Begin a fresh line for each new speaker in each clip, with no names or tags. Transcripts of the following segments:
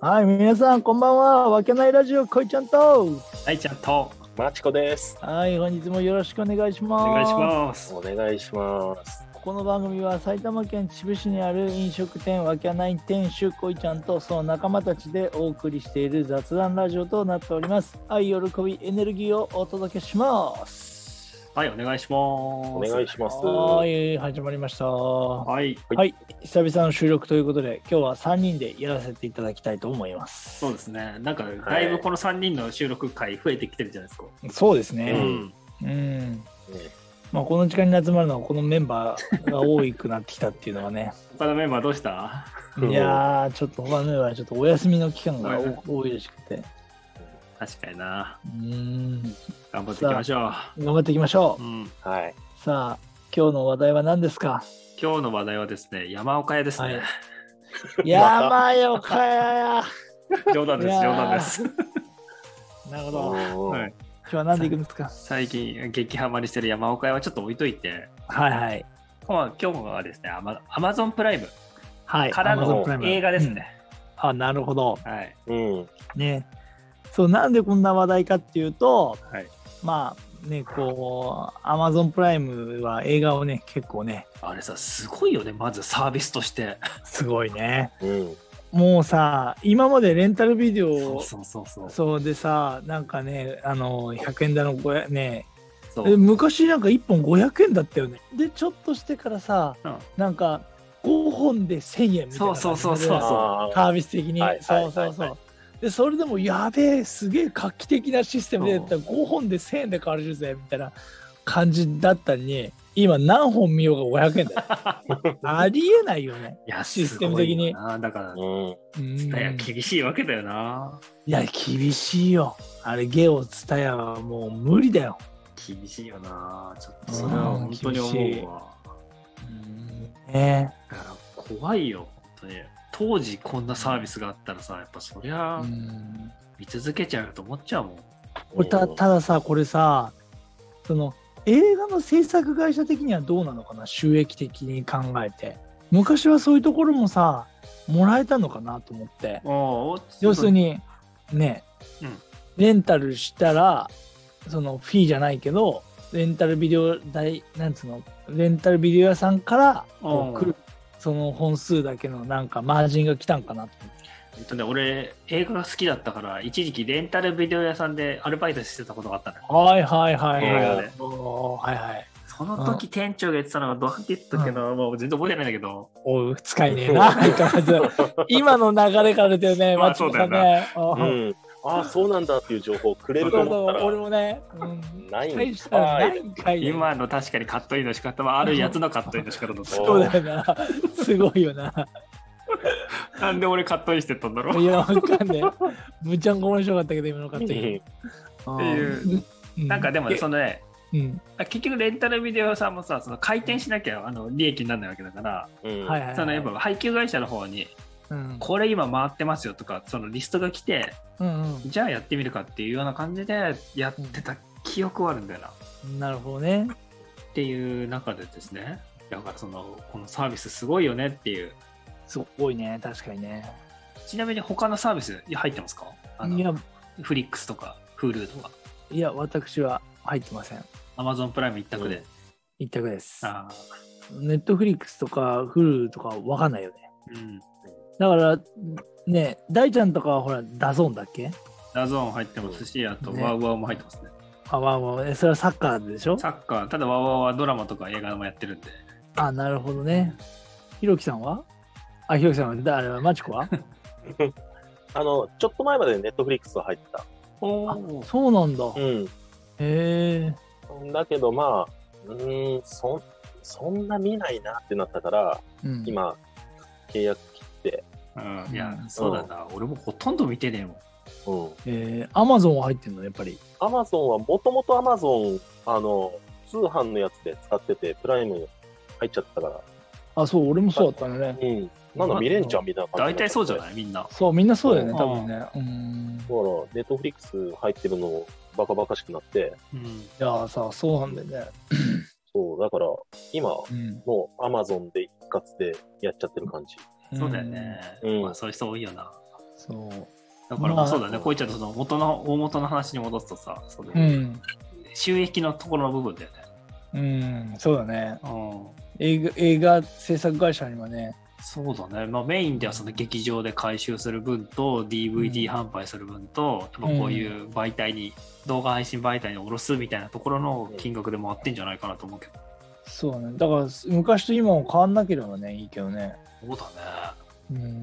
はい、皆さん、こんばんは。わけないラジオ、こいちゃんと。
はい、ちゃんと
マチコです。
はい、本日もよろしくお願いします。
お願いします。
お願いします。
ここの番組は埼玉県秩父市にある飲食店わけない店主こいちゃんとその仲間たちでお送りしている雑談ラジオとなっております。愛、喜び、エネルギーをお届けします。
はい、お願いします。お
お願いします。
はい、始まりました。久
はい、
々の収録ということで、今日は3人でやらせていただきたいと思います。
そうですね。なんか、だいぶこの3人の収録回増えてきてるじゃないですか。
そうです
う
は
ね
い
ん。
うん。
ね
まあ、この時間に集まるのはこのメンバーが多くなってきたっていうのは ね
他のメンバーどうした
うん
いやーちょっと他のメンバーはちょっとお休みの期間が多多いらしくて
確かにな。
うーん
頑張っていきましょ
頑張っていきましょ
う。う。
うん
はい。
さあ今日の話題は何です か
今日の話題はですね、山岡屋ですね。
山よかや
冗談です、
いや
冗
ー
談です。
なるほど
うん
はい
今日は何でいくんですか
最近、激ハマりしてる山岡屋はちょっと置いといて、
はいはい
まあ、今日はですね、アマアマゾンプライム
はい
か
Amazon
らの
プライム
映画ですね。
うんあなるほど
はい。
うん。
ねそうなんでこんな話題かっていうと、
はい
まあねこう Amazon プライムは映画をね結構ね
あれさ、すごいよね、まずサービスとして。
すごいね
うん。
もうさ今までレンタルビデ
そ
オ
うそうそうそう。
そうでさなんかねあの100円だの500ね
そう
え昔なんか1本500円だったよねでちょっとしてからさ
うん
なんか5本で1000円みたいな感じで
そうそうそうそう
あー
サービス的に、
はい
そうそうそう、
はいはいは
でそれでもやべえすげえ画期的なシステムでやったら5本で1000円で買われるぜみたいな感じだったのに今何本見ようが500円だ よありえないよね
いや
システム的に
すごいよなだから、
うん。
うん
ツタヤ厳しいわけだよな。
いや厳しいよあれゲオツタヤはもう無理だよ
厳しいよな。ちょっとそれは本当に思うわ。
ね
だから怖いよ、本当に。当時こんなサービスがあったらさ、やっぱそりゃ
うん
見続けちゃうと思っちゃうもん。
これたたださこれさその映画の制作会社的にはどうなのかな収益的に考えて昔はそういうところもさもらえたのかなと思って
お
要する、にね、
うん
レンタルしたらそのフィーじゃないけどレンタルビデオ代なんつうのレンタルビデオ屋さんからこう
うん
来るその本数だけのなんかマージンが来たんかなと思って
えっとね、俺、映画が好きだったから、一時期レンタルビデオ屋さんでアルバイトしてたことがあったのよ。
はいはいはい
映
は
画
い、
で。
おーはいはい
その時店長が言ってたのがどうやって言ってたっけど、もう全然覚えてないんだけど、
おう使いねえな相変わらず今の流れから出てるね
まあ
松本さんね
う
うん
ん。ああ、そうなんだっていう情報をくれ
そ
る
う
と
そう
思ったら。
俺もね、うん、
ないんかい
大したないんかいね
今の確かにカットインの仕方はあるやつのカットインの仕方だった。
そうだよなすごいよな
なんで俺カットインしてったんだろ う
いや、わかんねえ。むちゃんこ面白かったけど、今の勝
う
手に。
ん
って。
いうなんかでもね、
え
そのね、
うん。
結局レンタルビデオ屋さんもさ、その回転しなきゃあの利益にならないわけだから、
うん。
はいはいはい。
そのやっぱ配給会社の方に、
うん。
これ今回ってますよとか、そのリストが来て、
うん
じゃあやってみるかっていうような感じでやってた記憶はあるんだよな。っ
うん。なるほどね。
ていう中でですね、だからその、このサービスすごいよねっていう。
すごいね、確かにね。
ちなみに他のサービス入ってますかあ
いや
の、フリックスとか、Hulu とか、
いや、私は入ってません。
Amazon プライム一択で。
一択です。
あ
ネットフリックスとか、フルとかわかんないよね。
ーうん。
だから、ね、大ちゃんとかはほら、ダゾーンだっけ
ダゾーン入ってますし、あと
ね
ワウワウも入ってますね。
あ、まあまあ、えそれはサッカーでしょ
サッカー、ただワウワウはドラマとか映画もやってるんで。
あ、なるほどね。ひろきさんはあ、ひろきさんは、だあれは、まちこ は
あの、ちょっと前までネットフリックスは入ってた。
お
あ、そうなんだ。へ
う
え。
ん。だけど、まあ、うーん、そ、そんな見ないなってなったから、
うん
今、契約切って、
うん、いや、そうだな。俺もほとんど見てねえもん。
うん。
えー、アマゾンは入ってんのやっぱり。
アマゾンはもともとアマゾン、あの、通販のやつで使ってて、プライム入っちゃったから、
あ、そう、俺もそうだったのね。
うん。なんだ見れんじゃんみたいな感じ。
大体そうじゃ
い
ないみんな。
そう、みんなそうだよね、
うん
多分ね。うん。
だから、ネットフリックス入ってるのバカバカしくなって、
うん。
いやーさ、そうなんだよね。
そう、だから、今、
うん。
もうアマゾンで一括でやっちゃってる感じ。
そうだよね。
うん
まあ、そういう人多いよな。
そう
だから、
まあ
そうだね、こいちゃんとその元の、大元の話に戻すとさ、その
うん
収益のところの部分だよね。
うんそうだね
うん
映画映画制作会社にはね
そうだね、まあ、メインではその劇場で回収する分と
う
DVD 販売する分と、やっぱこういう媒体に、動画配信媒体に下ろすみたいなところの金額で回ってんじゃないかなと思うけど
そうねだから昔と今も変わんなければねいいけどね
そうだね
うん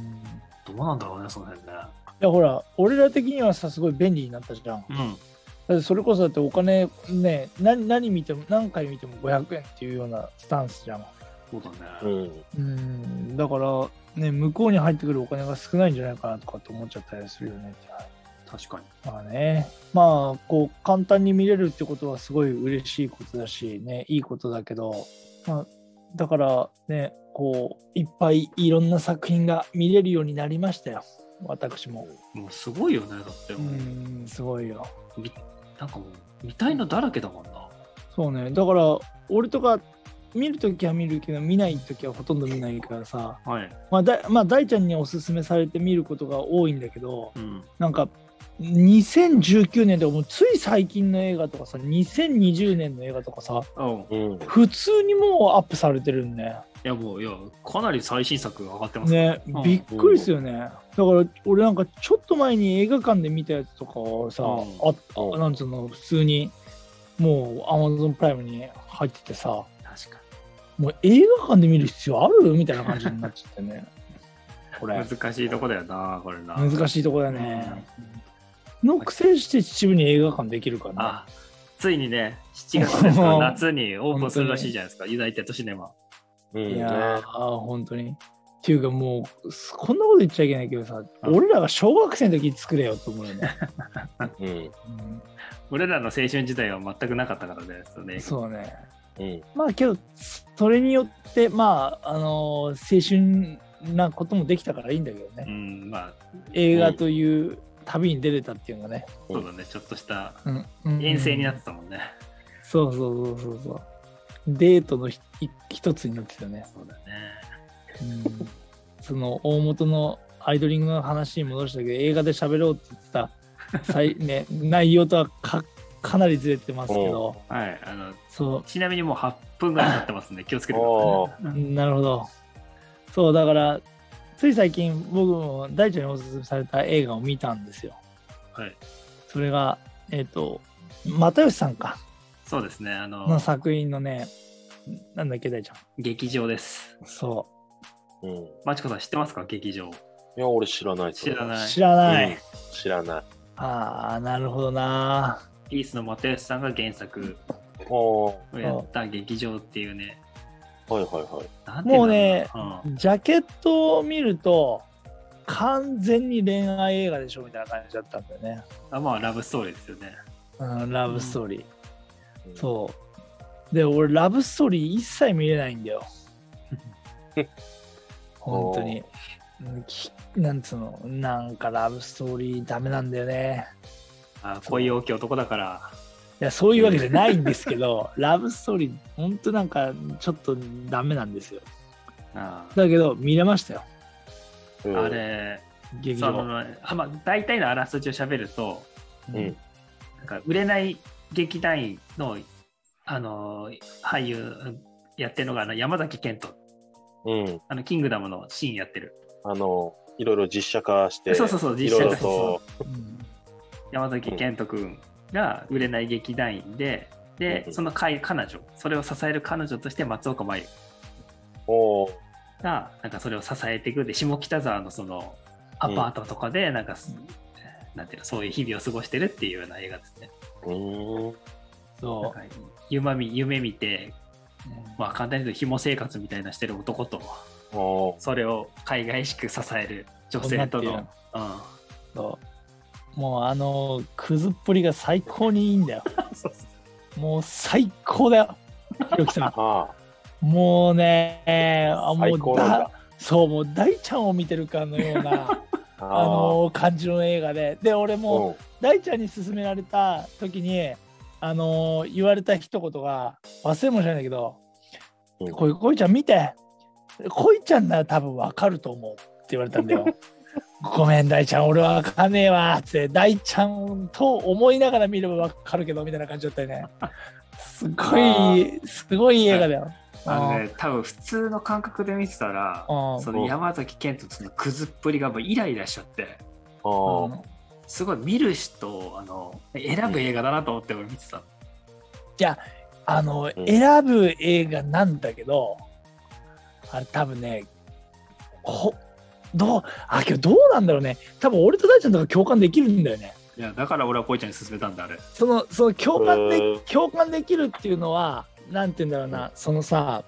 どうなんだろうねその辺ね
いやほら俺ら的にはさすごい便利になったじゃん
うん
だってそれこそだってお金ね何何見ても何回見ても500円っていうようなスタンスじゃん
そうだね、
うん。
うんだからね向こうに入ってくるお金が少ないんじゃないかなとかって思っちゃったりするよね
確かに
まあねまあこう簡単に見れるってことはすごい嬉しいことだしねいいことだけど、まあ、だからねこういっぱいいろんな作品が見れるようになりましたよ私も
もうすごいよねだって、
うんすごいよ
みなんかもう見たいのだらけだもんな
そうねだから俺とか見るときは見るけど見ないときはほとんど見ないからさ、
はい
まあ、だまあ大ちゃんにおすすめされて見ることが多いんだけど、
うん
なんか2019年とかもうつい最近の映画とかさ2020年の映画とかさ
うんい
うん。
普通にもうアップされてるんね
やもういやかなり最新作が上がってますね
ね
うん
びっくりですよねだから俺なんかちょっと前に映画館で見たやつとかをさ、
う
ああなんつうの普通にもう Amazon プライムに入っててさ
確か
もう映画館で見る必要あるみたいな感じになっちゃってね これ
に難しいとこだよなこれな
難しいとこだね、のくせして秩父に映画館できるからね
あついにね、7月ですから夏にオープンするらしいじゃないですか、ユダイテッドシネマ。
うん。
い
ね
やー、本当に。っていうかもう、すこんなこと言っちゃいけないけどさ、
うん
俺らが小学生の時に作れよと思うよ ね。
うん。
俺らの青春時代は全くなかったからね、そう
うん
ね
そうね。
うん。
まあけど、それによって、まあ、あのー青春なこともできたからいいんだけど
う
ね。
ん、まあ、
映画という旅に出れたっていうのがね。
そうだね、ちょっとした
うんうん
遠征になってたもんね。
そうそうそうそうそう。デートのひ一一つになってたね。
そうだね。
うんその大元のアイドリングの話に戻したけど映画で喋ろうって言ってた最、ね、 内容とはかかなりずれてますけど
はい、あの、
そ
ちなみにもう8分ぐらい経ってますね、気をつけてくだ
お
さいね。
うなるほどそうだからつい最近僕も大ちゃんにおすすめされた映画を見たんですよ
はい、
それがえっ、と又吉さんか
そうですね、あの
の、作品のねなんだっけ大ちゃん
劇場です。
そ
うん。い
マチコさん知ってますか、劇場。
や、俺知らない。
知ら
う
ない。
知らない、
うん知らない。
ああなるほどな
ピースの又吉さんが原作
おー
をやった劇場っていうね、
はいはいはい。
なんていうんだろうなうん
ジャケットを見ると完全に恋愛映画でしょみたいな感じだったんだよね。
あまあ、ラブストーリーですよね。
うん、ラブストーリー。そう。で、俺、ラブストーリー一切見れないんだよ。本当に。うんきなんつうの、なんかラブストーリーダメなんだよね。
あ恋多き男だから、
いや、そういうわけじゃないんですけ ど、ラブストーリー、本当なんかちょっとダメなんですよ。
あ
だけど、見れましたよ、
う。うん
あ。れ、
劇
そ
場。
のあまあ、大体のあらすじを喋ると、
うん
うん。
なんか売れない劇団員の、あの俳優やってるのがあの山崎賢人、
うん。
あのキングダムのシーンやってる、
あの、いろいろ実写化して、
そうそうそう、
い
実
ろい
写
ろ
化
と、
うん
山崎賢人君が売れない劇団員で、で
うん
その彼彼女、それを支える彼女として松岡茉優
おー
がなんかそれを支えていくで下北沢のそのアパートとかでなんか、なんていうのそういう日々を過ごしてるっていうような映画ですね。
うーん。
なん
そ
か夢見夢見て、まあ、簡単に言うと紐生活みたいなしてる男と
おー
それを海外しく支える女
う。
性との、
女っていう
うん、
そうもうあのクズっぷりが最高にいいんだよもう最高だよひろきさ
あ
んもうねあ
あ、
も
最
う
高なんだ。
そうもう大ちゃんを見てるかのような
あ
あ
ー
の感じの映画でで俺も
うん
大ちゃんに勧められた時にあの言われた一言が忘れもしないんだけど
う
「
ん
こ いこいちゃん見てこいちゃんなら多分わかると思う」って言われたんだよごめん大ちゃん俺はわかんねえわって大ちゃんと思いながら見ればわかるけどみたいな感じだったよ ねすごいすごい映画だよ、
あのね、多分普通の感覚で見てたら、
うん
その山崎賢人のそのクズっぷりがもうイライラしちゃって、
う
あ
ん
ー
すごい見る人、あの、選ぶ映画だなと思って俺見てた。
あの、
うん
選ぶ映画なんだけどあれ多分ねほどうあ今日どうなんだろうね多分俺と大ちゃんとか共感できるんだよね
いや、だから俺はこいちゃんに勧めたんだ、あれ。
そのその共感で、
へー
共感できるっていうのはなんて言うんだろうな、そのさ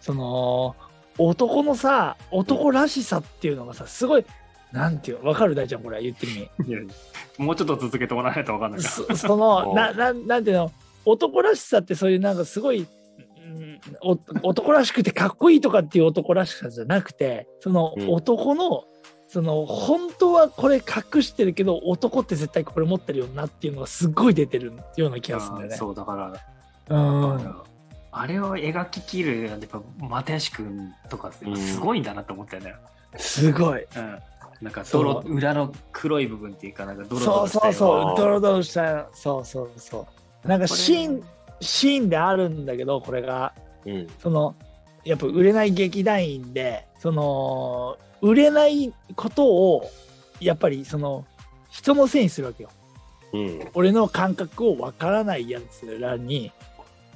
その男のさ男らしさっていうのがさすごいなんていうわかる大ちゃんこれ言ってみ
いやもうちょっと続けてもらわないと分かんないか
そその
お
なななんていうの男らしさってそういうなんかすごい、うんお男らしくてかっこいいとかっていう男らしさじゃなくてその
うん
男の、その本当はこれ隠してるけど男って絶対これ持ってるよなっていうのがすごい出てるような気
ら。
がするんだよね。
そう、だから、
うん、
あれを描ききる、やっぱ、又吉君とか、すごいんだなと思ったよね。
すごい。
うん。なんか
そう
泥、裏の黒い部分っていうか、なんか泥
そうそう
よう
そ
な
う、ドロドロした、そうそうそう。なんかシーン、シーンであるんだけど、これが、
うん。
その、やっぱ売れない劇団員で、その、売れないことを、やっぱりその、人のせいにするわけよ。
うん。
俺の感覚をわからないやつらに、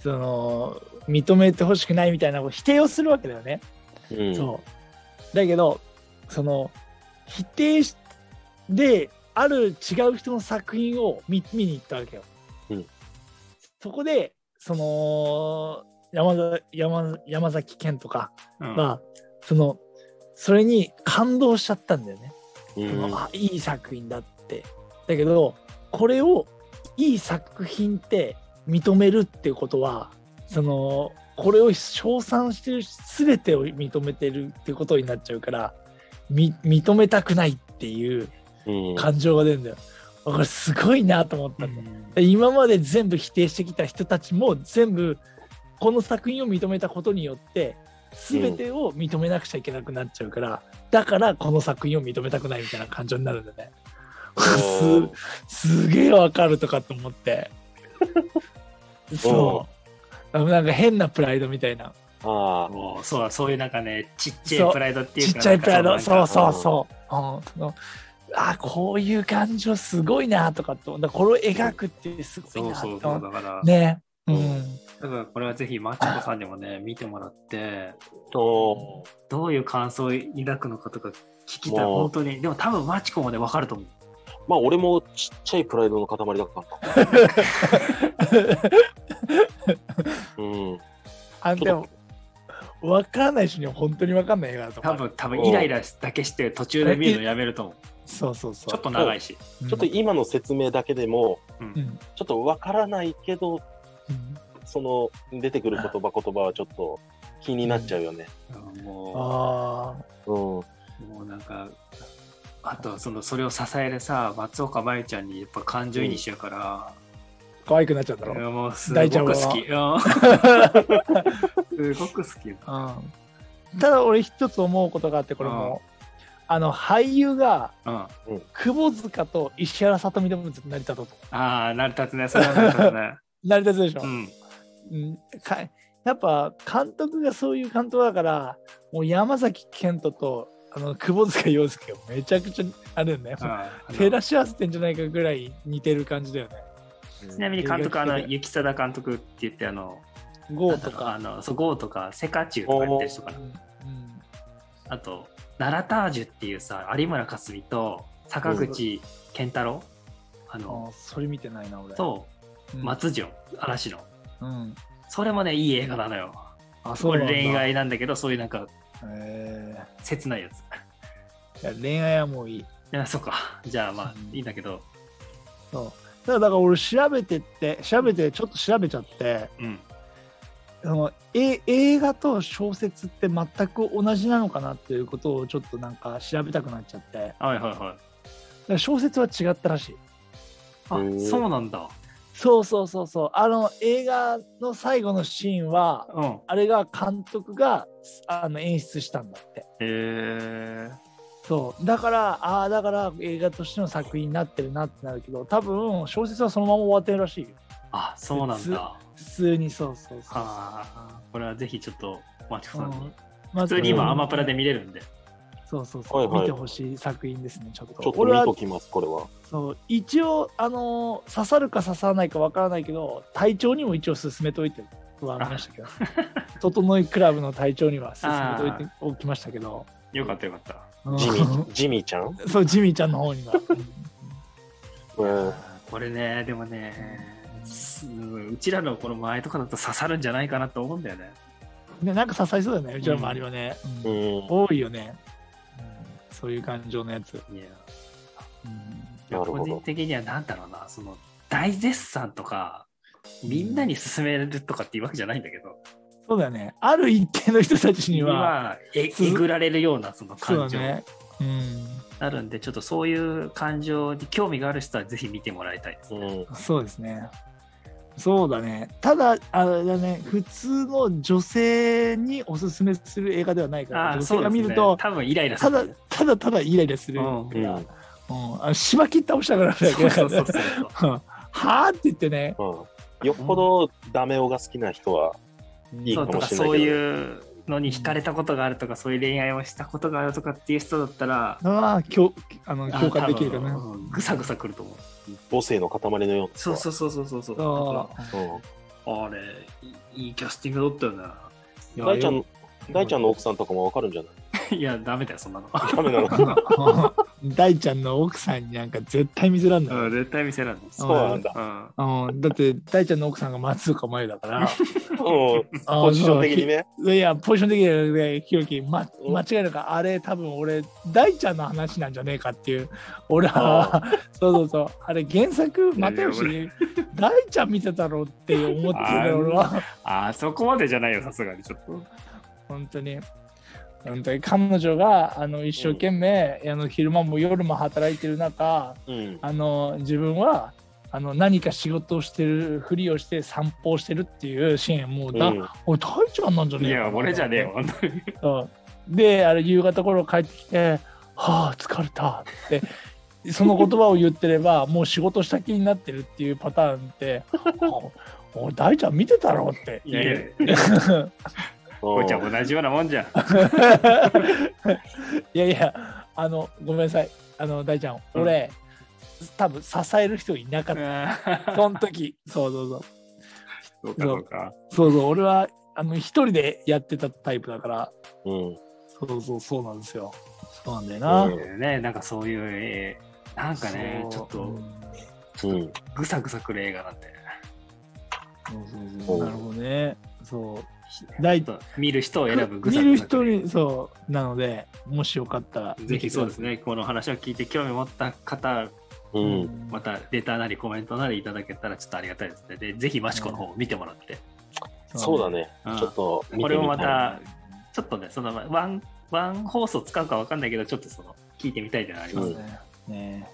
その、認めてほしくないみたいなこう否定をするわけだよね。
うん。
そう。だけど、その、否定し、で、ある違う人の作品を見見に行ったわけよ。
うん
そこで、その、山ざ山山崎賢とか
うん
が、その、それに感動しちゃったんだよね。
うん。
そのあいい作品だって。だけど、これをいい作品って認めるっていうことは、その、これを称賛してる全てを認めてるっていうことになっちゃうから、み認めたくないっていう
うん。
感情が出るんだよ。あこれすごいなと思った
うん
だよ。
ん
で今まで全部否定してきた人たちも全部この作品を認めたことによって全てを認めなくちゃいけなくなっちゃうから、だからこの作品を認めたくないみたいな感情になるんだね。
おー
すすげえわかるとかと思って そうなんか変なプライドみたいな
ああ。
もうそうそういうなんかねちっちゃ
そう
いプライドってい
ち
う
っ
か
ちゃいプライド
な
そ
ん
う
か
そうそう、うん、そのあこういう感情すごいなとかって思うだからこれを描くってすごい
そう
なと
そ
思
う
っ
そう
て
だから、
ねう
うん
だからこれはぜひマチコさんにもね見てもらって
おー
どういう感想を抱くのかとか聞きたい
もう
本当にでも多分マチコもね分かると思う
まあ、俺もちっちゃいプライドの塊だった。うん。
あでも分かんないしね本当に分かんない映画だと
多
思う
分多分イライラだけして途中で見るのやめると思う
そうそうそう
ちょっと長いし
うん
ちょっと今の説明だけでも、
うん
うん
ちょっとわからないけど、
うん
その出てくる言葉言葉はちょっと気になっちゃうよね。
も
あ
うん。
うもうなんかあとそのそれを支えるさ松岡茉優ちゃんにやっぱ感情移入しちゃうから、
あ可愛くなっちゃったろ
いやもうすご
大ちゃんは
く好きうん すごく好き
うんただ俺一つ思うことがあってこれもあの俳優が
うん、あ
窪塚と石原さとみでもずっと成り立とうと
あー成り立つねそれは成り立つね
成り立つでしょ
う、ん
うん、かやっぱ監督がそういう監督だからもう山崎賢人とあの窪塚洋介がめちゃくちゃあるよね
あー
照らし合わせてんじゃないかぐらい似てる感じだよね
ちなみに監督あの雪貞監督って言ってあの
ゴーと
なんだろう
か
あのそうゴーとかセカチュウとかやってる人かな
うん
あとナラタージュっていうさ有村架純と坂口健太郎あの
あそれ見てないな俺
と
うん
松潤嵐の
うん
それもねいい映画なのよ
あそ
こ
うな
れ
んだ
恋愛なんだけどそういうなんか
え
切ないやつ
ーいや恋愛はもういい
いやそっかじゃあまあ
うん
いいんだけど
そうただだから俺調べてって調べてちょっと調べちゃって
うん
そのえ映画と小説って全く同じなのかなっていうことをちょっとなんか調べたくなっちゃってだか
はいはいはい
ら小説は違ったらしい
あ、
へー
そうなんだ。
そうそうそうそうあの映画の最後のシーンは
うん。へ
あれが監督があの演出したんだって
え。
そうだからああだから映画としての作品になってるなってなるけど多分小説はそのまま終わってるらしいよ
あそうなんだ。は
普通にそうそうそう
あ。これはぜひちょっとマチコさん
うん
に。
ま
普
ず
通に今アマプラで見れるんで。
そうそうそう、
はいはい
見てほしい作品ですねちょっと
ちょっと
俺
見
は
ときます、これは。
そう一応あのー刺さるか刺さらないかわからないけど体調にも一応勧めといてはありましたけ ど整いクラブの体調には勧めといておきましたけど
よかったよかった。
うん
ジミー、ジミーちゃん、
そうジミーちゃんの方には
えー
これね、でもね、すうちらのこの前とかだと刺さるんじゃないかなと思うんだよね。
ねなんか刺さりそうだよねうちの周りはね、
う
うん
ん、な
多いよね、うんそういう感情のやつ、
いや
うん
個
るほ
人
ど。
的にはなんだろうな、その大絶賛とか、みんなに勧めるとかっていうわけじゃないんだけど、
そうだよねある一定の人たちには
今ええぐられるようなその
そうだ
感情
ねうん
あるんで、ちょっとそういう感情に興味がある人はぜひ見てもらいたいです
う
ね。
ん、
そうですね。そうだね。ただ、あれだね、普通の女性におすすめする映画ではないから、
ああ、
女
そ
性
う
が
で
見
すね
ると、
多分イライラす
た
る。
だただただイライラするから、
うん
うん
うん
あのしばき倒したから
そう
だけ
そう
だか
そう
ら、
そう
ね、はあって言ってね、
うん。よっぽどダメ男が好きな人は、いい
そ
か
うと
も
か
しれな
そ
いけど
ういうのに惹かれたことがあるとか、そういう恋愛をしたことがあるとかっていう人だったら、
ああ共あの
あ
共感できるか
多
な。
分うんぐさぐさくると思う。
母性の塊のような人
そう
は。
そうそうそうそうそう。
そ
うん
あれ、いいいキャスティングだった
う
よ
大ちゃ
い
ん、大ちゃんの奥さんとかもわかるんじゃない
ね。いや、ダメだよ、そんなの。
ダメなの
や大ちゃんの奥さんになんか絶対見せらんない。
うん、絶対見せらんの。
そうなんだ。
うん。
うん、だって大ちゃんの奥さんが松岡真優だから、
うん、 ポジション的にね。
いやいや、ポジション的にはね、ひろき、ま、間違いなく、あれ、多分俺、大ちゃんの話なんじゃねえかっていう、俺は、そうそうそう、あれ、原作、
や
又吉に、大ちゃん見てたろって思ってるね、
あー
俺は、
あそこまでじゃないよ、さすがに、ちょっと。
本当に。本当に彼女があの一生懸命、あの昼間も夜も働いてる中
うん、
あの自分はあの何か仕事をしてるふりをして散歩をしてるっていうシーンもうだ、
うん
おい大ちゃんなんじゃね
い
えかな
や、俺じゃねえよ、本当に。
そうであれ夕方頃帰ってきて「はあ疲れた」って その言葉を言ってればもう仕事した気になってるっていうパターンって 「おお大ちゃん見てたろ」って
いやいや、こ
う
い
ん
ちゃん同じようなもんじゃん。
いやいやあのごめんなさいあの大ちゃん
うん
俺、多分支える人いなかっ
あ
たその時そうそうそう
そうか、そうか。
そうそう俺はあの一人でやってたタイプだから
うん
そうそうそうなんですよそうなんだよな、
うん
ね、なんかそういう、えーなんかね、ち
そ
ょ
う
っと、
うん、
ぐさぐさくる映画なんて。
そうそうそうなるほどねそう
ちょっと見る人を選ぶぐさ
見る
ぐさ
人
くる映画
にそうなのでもしよかったら
ぜひそうですね、この話を聞いて興味持った方、
う
うん
ん、
またレターなりコメントなりいただけたらちょっとありがたいですね。で、ぜひマシコの方を見てもらって。
そうだね。
うん
ちょっと見てみたい
これもまた、ちょっとね、そのワン、ワン放送使うかわかんないけど、ちょっとその、聞いてみたいじゃないです
そ
か
うだねね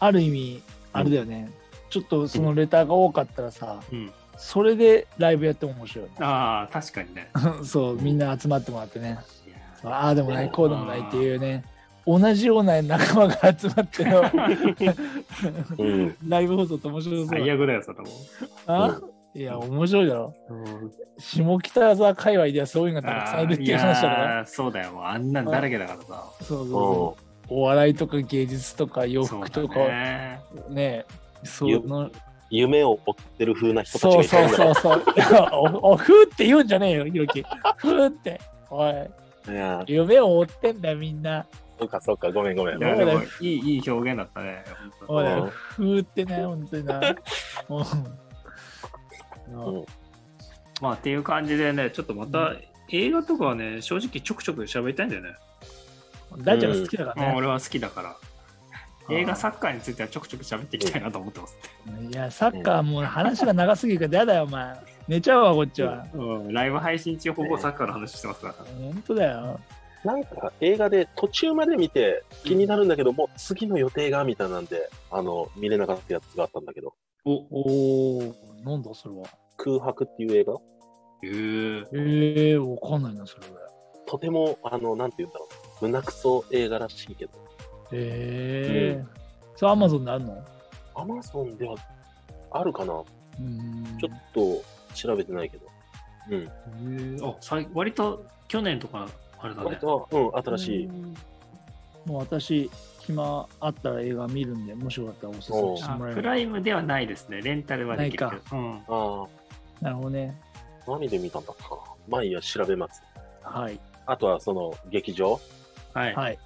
ある意味あれだよねちょっとそのレターが多かったらさ
うん。
それでライブやっても面白いよ
ああ、確かにね。
ねそうみんな集まってもらってね
いやー
そうああでもな
う
い
ん
こうでもないっていうね同じような仲間が集ま っての
うん、
ライブ放送って面白そうだ
最悪だよ、それも。
あいや面白いだろ下北沢界隈ではそういうのがたくさんいるっていう話だから
あーいやーそうだよ、もうあんなんだらけだからさ。
そうそうそう
うん
お笑いとか芸術とか洋服と
そうだ
か
ね
ねそ
ゆ
の
夢を追ってる風な人たち
そ
が
う
いた
そ
ん
うそ
だ
う そうおおふーって言うんじゃねえよひろきふーっておい
いや
夢を追ってんだよみんな
そうかそうかごめんごめん
いやでもいいいい表現だったね。
おい
うん
ふーってね本当にな うん
うん
まあっていう感じでね、ちょっとまた映画とかはね、正直ちょくちょく喋りたいんだよね。
大ちゃんが好きだか
まあ
らね
俺は好きだから。映画サッカーについてはちょくちょく喋っていきたいなと思って ます。
いやサッカーもう話が長すぎるからやだよお前寝ちゃうわこっちは
うん、ライブ配信中、ほぼサッカーの話してますから。
本当だよ
なんか映画で途中まで見て気になるんだけど、もう次の予定がみたいなんで、あの、見れなかったやつがあったんだけど、
お
おおなんだそれは
空白っていう映画
えー、
ええー、わかんないなそれは
とても、あの、なんて言うんだろう。胸くそ映画らしいけど、
ええそれアマゾンであるの
アマゾンではあるかな
うん
ちょっと調べてないけど。うん。
あさい割と去年とかあれだね。
割と、うん、新しい。
もう私暇あったら映画見るんでもしよかったらおすすめして
あ
もらえ
プ
る
ライムではないですね。レンタルはできるけ
ない
ど。うん、
ああ、
なるほどね
何で見たんだったかな。まあいいや、調べます。
はい
あとは、その、劇場、
はい。
はい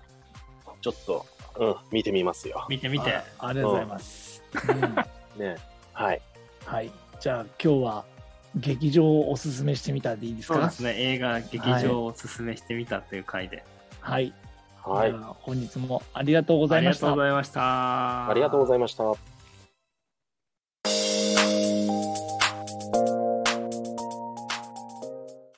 ちょっと、うん、見てみますよ。
見て見て
あ。ありがとうございます、うん
ね。はい。
はいじゃあ今日は劇場をおすすめしてみたんでいいです
そうで
か
すね。映画、劇場をおすすめしてみたという回で。
はい、
はい
じゃ。あ本日もありがとうござ
あ
い
り
ま
が
し
とう
た
ございました。
ありがとうございました。